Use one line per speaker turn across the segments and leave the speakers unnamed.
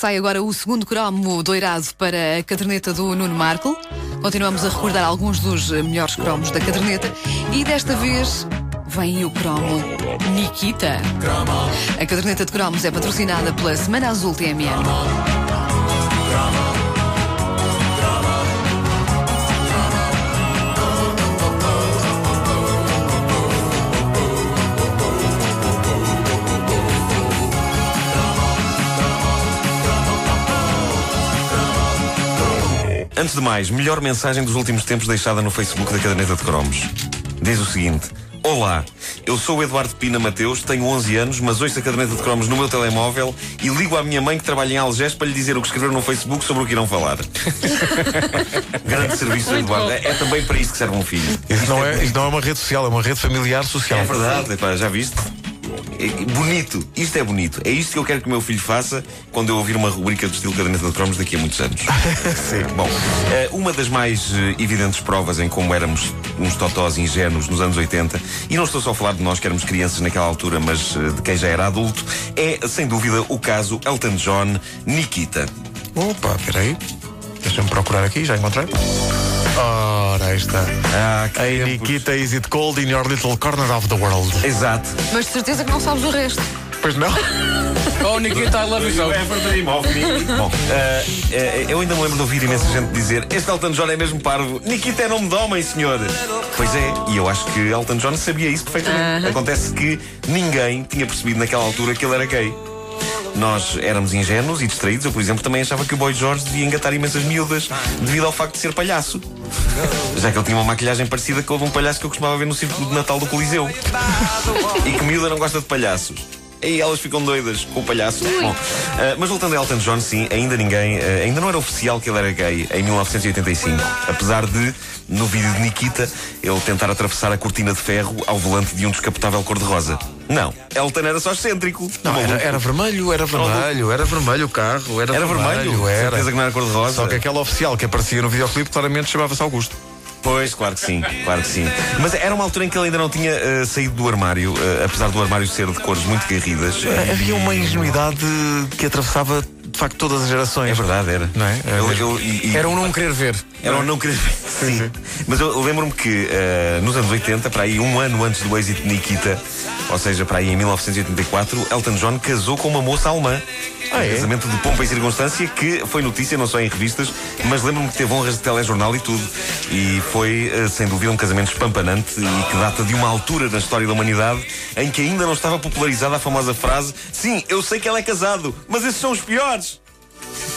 Sai agora o segundo cromo doirado para a caderneta do Nuno Marco. Continuamos a recordar alguns dos eh, melhores cromos da caderneta e desta vez vem o cromo Nikita. A caderneta de cromos é patrocinada pela Semana Azul TMN.
Antes de mais, melhor mensagem dos últimos tempos deixada no Facebook da Caderneta de Cromos. Diz o seguinte: Olá, eu sou o Eduardo Pina Mateus, tenho 11 anos, mas ouço a Caderneta de Cromos no meu telemóvel e ligo à minha mãe que trabalha em Algés para lhe dizer o que escreveram no Facebook sobre o que irão falar. Grande serviço, Eduardo. É, é também para isso que serve um filho.
Isso não, é, isso não é uma rede social, é uma rede familiar social.
É verdade, epá, já viste? É- é Bonito, isto é bonito. É isto que eu quero que o meu filho faça quando eu ouvir uma rubrica do estilo Caderneta de Cromos daqui a muitos anos.
Sim.
Bom, eh, uma das mais eh, evidentes provas em como éramos uns totós ingênuos nos anos 80, e não estou só a falar de nós que éramos crianças naquela altura, mas eh, de quem já era adulto, é sem dúvida o caso Elton John Nikita.
Opa, peraí. Deixa-me procurar aqui, já encontrei. Ora, aí está.
Ah, que
A
tempos.
Nikita Is It Cold in Your Little Corner of the World.
Exato.
Mas de certeza que não sabes o resto.
É, Pois não?
Oh, Nikita, I love you so.
É verdadeiro imóvel. Bom, eh, eh, eu ainda me lembro de ouvir imensa gente dizer este Elton John é mesmo parvo. Nikita é nome de homem, senhor. Pois é, e eu acho que Elton John sabia isso perfeitamente. Acontece que ninguém tinha percebido naquela altura que ele era gay. Nós éramos ingênuos e distraídos. Eu, por exemplo, também achava que o Boy George devia engatar imensas miúdas devido ao facto de ser palhaço. Já que ele tinha uma maquilhagem parecida com a de um palhaço que eu costumava ver no circo de Natal do Coliseu. E que miúda não gosta de palhaços. E elas ficam doidas com o palhaço. Bom, ah, mas voltando a Elton John, sim, ainda ninguém, ah, ainda não era oficial que ele era gay em 1985. Apesar de, no vídeo de Nikita, ele tentar atravessar a cortina de ferro ao volante de um descapotável cor-de-rosa. Não, Elton era só excêntrico.
Não,
Maluco.
era, era vermelho, era vermelho, era vermelho o carro, era,
Era vermelho?
era.
Certeza que não era cor-de-rosa?
Só que aquela oficial que aparecia no videoclipe claramente chamava-se Augusto.
Pois, claro que sim, claro que sim. Mas era uma altura em que ele ainda não tinha ah, saído do armário, ah, apesar do armário ser de cores muito garridas.
Havia uma ingenuidade que atravessava de facto todas as gerações.
É verdade, era.
Não é? Era
Eu-
mesmo.
eu- e- e-
Era um não querer ver.
É.
Era um não querer. Sim.
Uhum.
Mas eu lembro-me que eh, nos anos 80, para aí um ano antes do êxito de Nikita, ou seja, para aí em 1984, Elton John casou com uma moça alemã.
Ah,
um
é?
casamento de pompa e circunstância que foi notícia não só em revistas, mas lembro-me que teve honras de telejornal e tudo. E foi, eh, sem dúvida, um casamento espampanante e que data de uma altura da história da humanidade em que ainda não estava popularizada a famosa frase: Sim, eu sei que ela é casado, mas esses são os piores.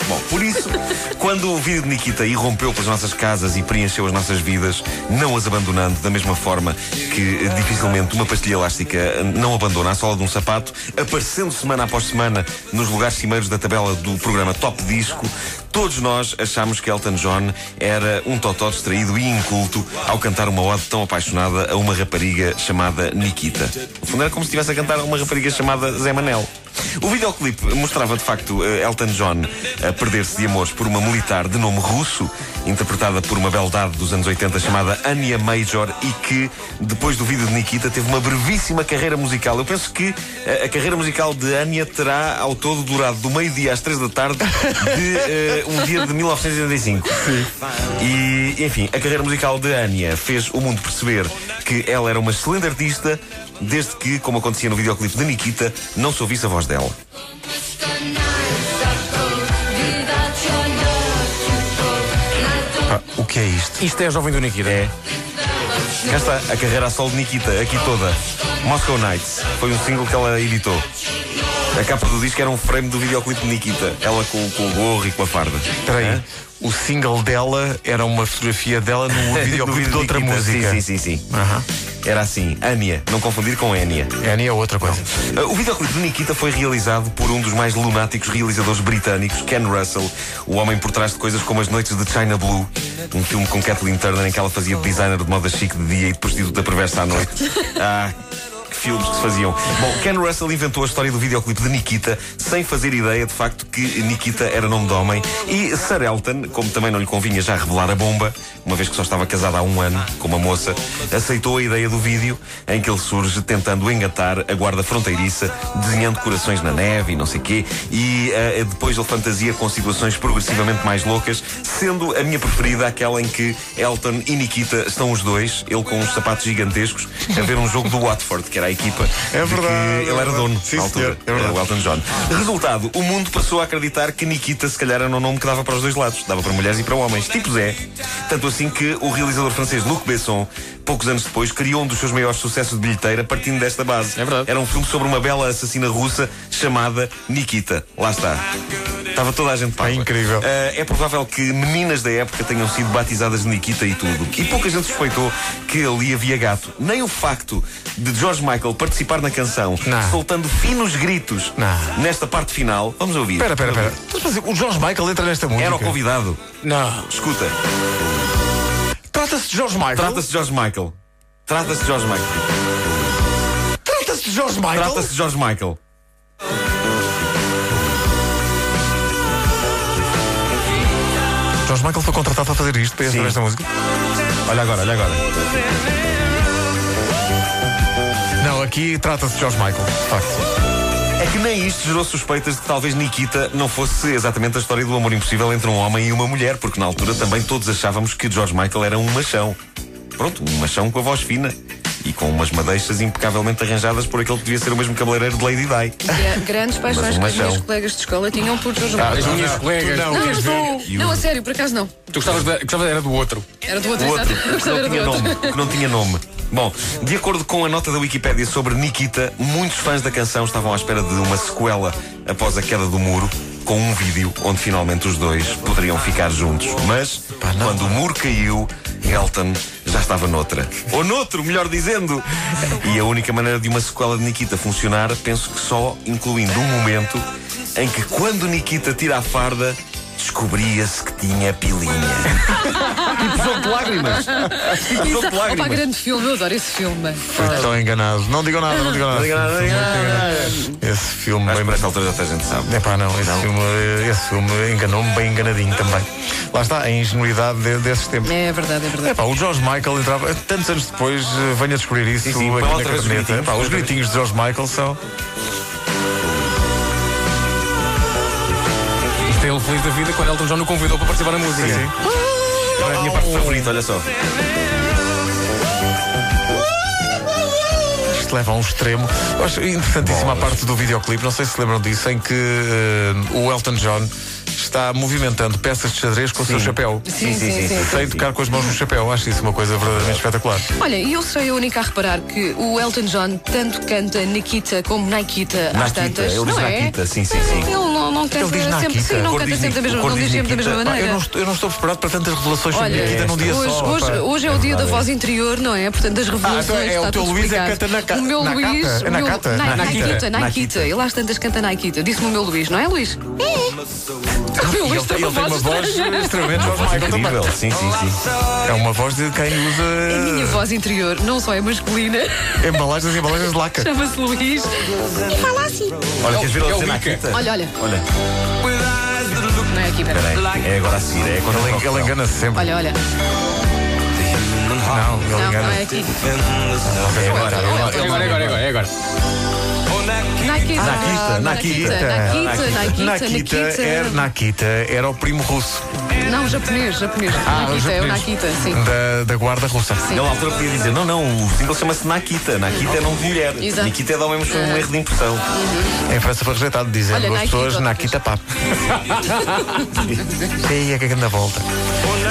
Bom, por isso, quando o vídeo de Nikita irrompeu pelas nossas casas e preencheu as nossas vidas, não as abandonando da mesma forma que eh, dificilmente uma pastilha elástica eh, não abandona a sola de um sapato, aparecendo semana após semana nos lugares cimeiros da tabela do programa Top Disco, todos nós achámos que Elton John era um totó distraído e inculto ao cantar uma ode tão apaixonada a uma rapariga chamada Nikita. No fundo, era como se estivesse a cantar a uma rapariga chamada Zé Manel. O videoclipe mostrava de facto eh, Elton John a perder-se de amores por uma militar de nome russo, interpretada por uma beldade dos anos 80 chamada Anya Major e que, depois do vídeo de Nikita, teve uma brevíssima carreira musical. Eu penso que eh, a carreira musical de Anya terá ao todo durado do meio-dia às três da tarde de eh, um dia de 1985. E, enfim, a carreira musical de Anya fez o mundo perceber que ela era uma excelente artista, desde que, como acontecia no videoclipe de Nikita, não se ouvisse a voz dela. Ah,
Pá, o que é isto?
Isto é a jovem do Nikita.
É. Cá está, a carreira a sol de Nikita, aqui toda. Moscow Nights foi um single que ela editou. A capa do disco era um frame do videoclipe de Nikita, ela com, com o gorro e com a farda.
Espera aí. O single dela era uma fotografia dela num
No
videoclipe
vídeo
É, de outra
Nikita,
música.
Sim, sim, sim. sim.
Aham.
Era assim, Ania, não confundir com Enya.
Annie é outra coisa.
Uh, O videoclipe de Nikita foi realizado por um dos mais lunáticos realizadores britânicos, Ken Russell, o homem por trás de coisas como As Noites de China Blue, um filme com Kathleen Turner em que ela fazia de designer de moda chique de dia e de prostituta perversa à noite. Ah, que filmes que se faziam. Bom, Ken Russell inventou a história do videoclipe de Nikita sem fazer ideia, de facto, que Nikita era nome de homem. E Sarah Elton, como também não lhe convinha já revelar a bomba, uma vez que só estava casada há um ano com uma moça, aceitou a ideia do vídeo em que ele surge tentando engatar a guarda fronteiriça, desenhando corações na neve e não sei quê. E ah, depois ele fantasia com situações progressivamente mais loucas, sendo a minha preferida aquela em que Elton e Nikita estão os dois, ele com uns sapatos gigantescos, a ver um jogo do Watford, que era a equipa.
É
de
verdade,
Que ele era dono
sim,
na
senhor,
altura.
é
Era
verdade.
o Elton John. Resultado: o mundo passou a acreditar que Nikita, se calhar, era um nome que dava para os dois lados. Dava para mulheres e para homens. Tipo Zé. Tanto assim que o realizador francês Luc Besson, poucos anos depois, criou um dos seus maiores sucessos de bilheteira partindo desta base.
É verdade.
Era um filme sobre uma bela assassina russa chamada Nikita. Lá está. Estava toda a gente para
É incrível.
Uh, é provável que meninas da época tenham sido batizadas de Nikita e tudo. E pouca gente suspeitou que ali havia gato. Nem o facto de George Michael participar na canção,
Não.
soltando finos gritos
Não.
nesta parte final. Vamos ouvir.
Espera, espera, espera. Mas O Jorge Michael entra nesta música.
Era o convidado.
Não.
Escuta,
Trata-se de Jorge Michael.
trata-se de George Michael. Trata-se de George Michael.
Trata-se de Jorge Michael.
Trata-se de George Michael.
Jorge Michael foi contratado para fazer isto, para
Sim.
entrar nesta música.
Olha agora, olha agora.
Não, aqui trata-se de Jorge Michael. De facto.
É que nem isto gerou suspeitas de que talvez Nikita não fosse exatamente a história do amor impossível entre um homem e uma mulher, porque na altura também todos achávamos que George Michael era um machão. Pronto, um machão com a voz fina e com umas madeixas impecavelmente arranjadas por aquele que devia ser o mesmo cabeleireiro de Lady Di.
É, grandes paixões
Mas um
que as minhas
machão. Ah, é
colegas de escola tinham por Jorge
As
Michael.
minhas colegas.
um
Tu,
não.
Não,
queres
mas não.
ver?
Não, a sério, por acaso não.
gostavas, da- gostavas era do outro.
Era do outro,
O outro,
é, exato.
que
Eu gostava
não
era do
tinha
outro.
nome. Que não tinha nome. Bom, de acordo com a nota da Wikipédia sobre Nikita, muitos fãs da canção estavam à espera de uma sequela após a queda do muro, com um vídeo onde finalmente os dois poderiam ficar juntos. Mas, quando o muro caiu, Elton já estava noutra. Ou noutro, melhor dizendo. E a única maneira de uma sequela de Nikita funcionar, penso que só incluindo um momento em que, quando Nikita tira a farda, descobria-se que tinha pilinha. E pesou de lágrimas. E pesou de
Opa,
lágrimas.
grande filme, eu adoro esse filme.
Fui tão enganado. Não digam nada, não digam nada.
digam nada, não digam
Esse filme,
nada.
Esse filme
Mas
bem
para esta altura já toda a gente sabe.
É pá, não, esse filme, esse filme enganou-me bem enganadinho também. Lá está, a ingenuidade de- desses tempos.
É verdade, é
É
verdade.
pá, o George Michael entrava, tantos anos depois, eh, venho a descobrir isso
sim, põe
aqui
lá
na
outra vez os
caderneta.
gritinhos.
Epá, os gritinhos de George Michael são.
Isto é ele feliz da vida quando Elton John o convidou para participar na música.
Sim.
Agora é a minha parte favorita, olha só.
Isto leva a um extremo. Eu acho interessantíssima a parte do videoclipe, não sei se se lembram disso, em que eh, o Elton John está movimentando peças de xadrez com o seu chapéu.
Sim, sim, sim.
Sem tocar com as mãos no chapéu, acho isso uma coisa verdadeiramente espetacular.
Olha, e eu serei a única a reparar que o Elton John tanto canta Nikita como Nikita às
Nakita,
tantas.
ele diz
não é?
Nakita, sim, sim, sim.
Ele não, não
Ele Então diz
canta sempre,
Nakita.
sim, não
Cor
canta
diz
sempre da mesma, não
Nikita, cor
diz
diz
sempre da mesma
Nikita.
Pá, eu,
maneira.
não estou, eu não estou preparado para tantas revelações
Olha,
da minha vida num dia
hoje,
só.
hoje,
pá.
hoje é o dia da voz interior, não é? Portanto, das revoluções.
então é
está
o teu
tudo
Luís é que
explicado.
canta Naka-
O meu
Nakata?
Luís.
É
o meu- Na-
Nakata? Nakita.
Nakita,
Nakita.
Nakita. Ele às tantas canta Nikita. Disse-me o meu Luís, não é, Luís? O meu
E
Luís
ele,
tem uma
ele tem uma
voz
voz
estranha.
extremamente George
Voz
Michael também.
incrível. Sim, sim, sim.
É uma voz de quem
A minha
usa
voz interior não só é masculina,
embalagens e embalagens de laca.
chama-se Luís. E fala assim.
Olha, queres ver
É o
ele dizer
Mika.
Nakita?
Olha, olha.
Olha,
Não é aqui, peraí.
peraí. É agora a seguir. É quando
Ele, ele engana-se sempre.
Olha, olha.
Não, ele
Não, não é
engana-se.
aqui.
É agora, é agora.
É agora, é agora, é agora. É agora.
Nakita. Ah,
Nakita,
Nakita, Nakita,
Nakita
Nakita. é um-
era, Nakita era o primo russo
Não, japonês, japonês. Nakita é o
japonês. Ah.
Nakita, sim.
da, da guarda russa.
Ele na altura podia dizer, não, não, o single chama-se Nakita. Nakita é nome de mulher.
Exato.
Nikita é de homem, mas foi um erro de impressão.
Em França foi rejeitado, dizendo
Olha,
as
Nakita,
pessoas
outra
Nakita pá. E aí é que anda a volta.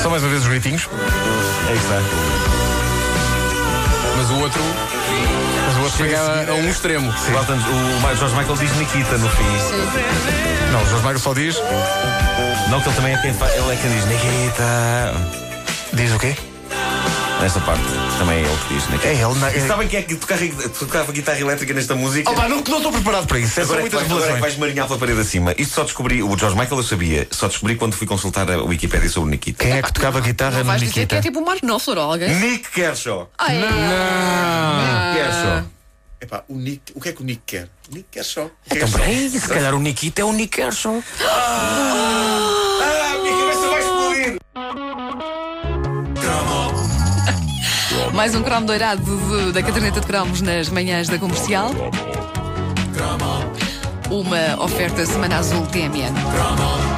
Só mais uma vez os gritinhos,
Aí está.
Mas o outro
mas o outro
chega
chega-
a, a um extremo.
O Elton- O George Michael diz Nikita no fim.
Não, o Jorge Magro só diz.
Não que ele também é quem faz. Ele é quem diz Nikita.
Diz o quê?
Nesta parte também é ele que diz Nikita.
É ele na.
E
É...
sabem quem é que tocava, tocava guitarra elétrica nesta música?
Opa, Ah, não não estou preparado para isso. É são
Agora é, que
muitas
vais, agora é que
revelações.
vais marinhar pela parede acima. Isto só descobri, o George Michael eu sabia, só descobri quando fui consultar a Wikipédia sobre Nikita.
Quem é que tocava guitarra
Não
no
Uhum. vais dizer que
Nikita?
é tipo o Mark Knopfler ou alguém?
Nick Kershaw!
Ai,
Nick Kershaw!
Epá, o, Nick, o que é que o Nick quer? O Nick quer só.
é
Então,
tipo
Quer só.
peraí, se calhar o Nikita é o Nick Kershon.
Ah, a minha cabeça vai explodir!
Mais um cromo dourado de- da caderneta de cromos nas manhãs da comercial. Uma oferta Semana Azul TMN.